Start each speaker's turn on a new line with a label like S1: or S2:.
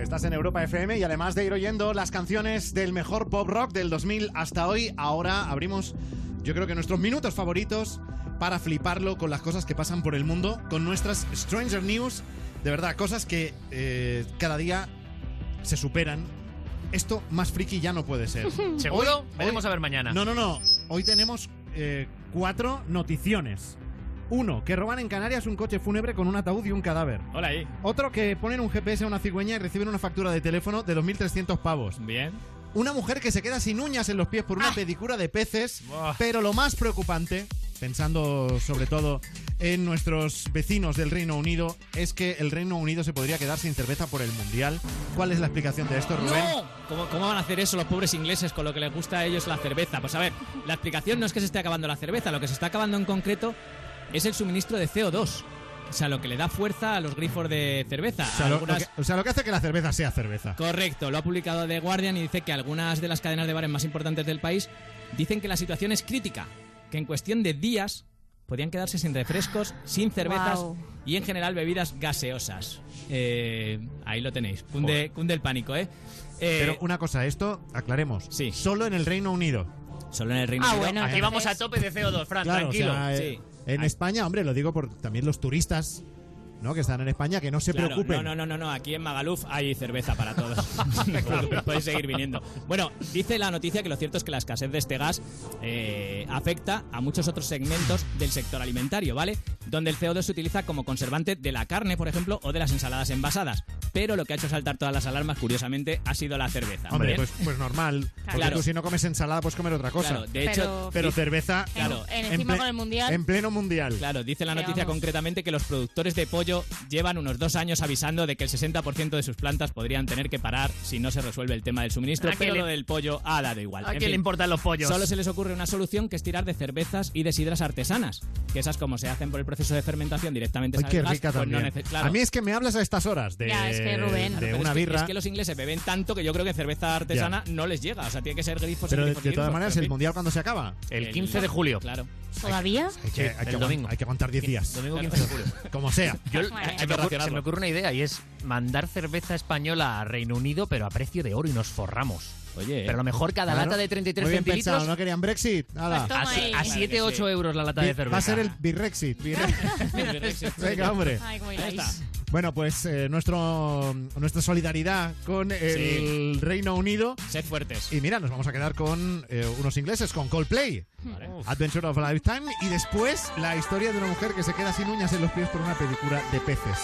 S1: Estás en Europa FM y además de ir oyendo las canciones del mejor pop rock del 2000 hasta hoy, ahora abrimos yo creo que nuestros minutos favoritos para fliparlo con las cosas que pasan por el mundo, con nuestras Stranger News, de verdad, cosas que eh, cada día se superan. Esto más friki ya no puede ser.
S2: ¿Seguro?
S1: Hoy-
S2: Veremos
S1: hoy-
S2: a ver mañana.
S1: No, no, no. Hoy tenemos eh, cuatro noticiones. Uno, que roban en Canarias un coche fúnebre con un ataúd y un cadáver.
S3: Hola
S2: ¿eh?
S3: ahí.
S1: Otro, que ponen un GPS a una cigüeña y reciben una factura de teléfono de 2.300 pavos.
S3: Bien.
S1: Una mujer que se queda sin uñas en los pies por una
S3: Ah.
S1: pedicura de peces.
S3: Buah.
S1: Pero lo más preocupante, pensando sobre todo en nuestros vecinos del Reino Unido, es que el Reino Unido se podría quedar sin cerveza por el Mundial. ¿Cuál es la explicación de esto, Rubén?
S3: ¿Cómo, cómo van a hacer eso los pobres ingleses con lo que les gusta a ellos la cerveza? Pues a ver, la explicación no es que se esté acabando la cerveza, lo que se está acabando en concreto es el suministro de CO2. O sea, lo que le da fuerza a los grifos de cerveza.
S1: O sea, lo, lo
S3: Algunas- Eh.
S1: que, o sea, lo que hace que la cerveza sea cerveza.
S3: Correcto, lo ha publicado The Guardian y dice que algunas de las cadenas de bares más importantes del país dicen que la situación es crítica, que en cuestión de días podían quedarse sin refrescos, sin cervezas
S4: Guau.
S3: y en general bebidas gaseosas. Eh, ahí lo tenéis, cunde, cunde el pánico, ¿eh? Eh,
S1: Pero una cosa, esto aclaremos.
S3: Sí.
S1: Solo en el Reino Unido.
S3: Solo en el Reino
S4: Ah,
S3: Unido.
S4: bueno,
S3: Aquí
S2: Aquí
S3: vamos.
S4: entonces-
S2: vamos a tope de CO2, Fran,
S1: Claro, o
S2: tranquilo.
S1: sea, eh,
S3: Ah, sí.
S1: En
S3: Ay.
S1: España, hombre, lo digo por también los turistas, ¿no? Que están en España, que no se
S3: Claro,
S1: preocupen.
S3: No, no, no, no, no, aquí en Magaluf hay cerveza para todos. No os preocupéis, Podéis seguir viniendo. Bueno, dice la noticia que lo cierto es que la escasez de este gas eh, afecta a muchos otros segmentos del sector alimentario, ¿vale? Donde el CO2 se utiliza como conservante de la carne, por ejemplo, o de las ensaladas envasadas. Pero lo que ha hecho saltar todas las alarmas, curiosamente, ha sido la cerveza.
S1: Hombre,
S3: ¿bien?
S1: pues, pues normal. Porque
S3: Claro.
S1: tú si no comes ensalada puedes comer otra cosa.
S3: claro, de hecho,
S4: Pero-
S1: Pero cerveza.
S3: Claro.
S4: En- encima
S1: ple-
S4: con el Mundial.
S1: En pleno mundial.
S3: Claro, dice la
S4: Que
S3: noticia
S4: vamos.
S3: concretamente que los productores de pollo llevan unos dos años avisando de que el 60% de sus plantas podrían tener que parar si no se resuelve el tema del suministro,
S2: ¿A qué
S3: pero
S2: le-
S3: lo del pollo ha dado igual.
S2: ¿A
S3: En
S2: quién le
S3: fin,
S2: importan los pollos?
S3: Solo se les ocurre una solución que es tirar de cervezas y de sidras artesanas, que esas como se hacen por el proceso de fermentación directamente
S1: Ay,
S3: salen
S1: qué
S3: gas,
S1: rica
S3: pues no
S1: también.
S3: nece- claro.
S1: A mí es que me hablas a estas horas de,
S4: Ya, es que Rubén.
S1: de
S3: Pero
S1: una
S3: es que-
S1: birra.
S3: es que los ingleses beben tanto que yo creo que cerveza artesana no les llega. O sea, tiene que ser grifos. y
S1: pero de,
S3: grifos y
S1: de todas
S3: grifos,
S1: maneras,
S3: pero
S1: el
S3: en fin.
S1: mundial cuando se acaba.
S2: El 15 de julio.
S3: Claro.
S4: ¿Todavía?
S1: Hay que, hay
S2: el
S1: que aguant-
S2: domingo.
S1: hay que aguantar 10 días.
S2: Domingo 15 de julio.
S1: Como sea.
S2: Yo-
S4: Bueno,
S2: se
S4: hay
S2: me
S3: que
S2: ocurre- se
S3: racionarlo.
S2: me ocurre una idea y es mandar cerveza española a Reino Unido, pero a precio de oro y nos forramos.
S3: Oye, eh.
S2: Pero a lo mejor cada
S1: Claro.
S2: lata de 33
S1: Muy bien
S2: centilitros
S1: pensado, no querían Brexit. Nada.
S4: Pues
S2: a,
S4: Toma ahí.
S2: a 7,
S3: Claro que
S2: 8
S3: sí.
S2: euros la lata de cerveza.
S1: Va a ser el Birrexit. Birre- Venga, hombre.
S4: Ay, cómo
S3: Ahí está.
S4: hiláis.
S1: Bueno, pues eh, nuestro, nuestra solidaridad con el Reino Unido.
S3: Sed fuertes.
S1: Y mira, nos vamos a quedar con eh, unos ingleses, con Coldplay.
S3: Vale.
S1: Adventure of a Lifetime. Y después, la historia de una mujer que se queda sin uñas en los pies por una película de peces.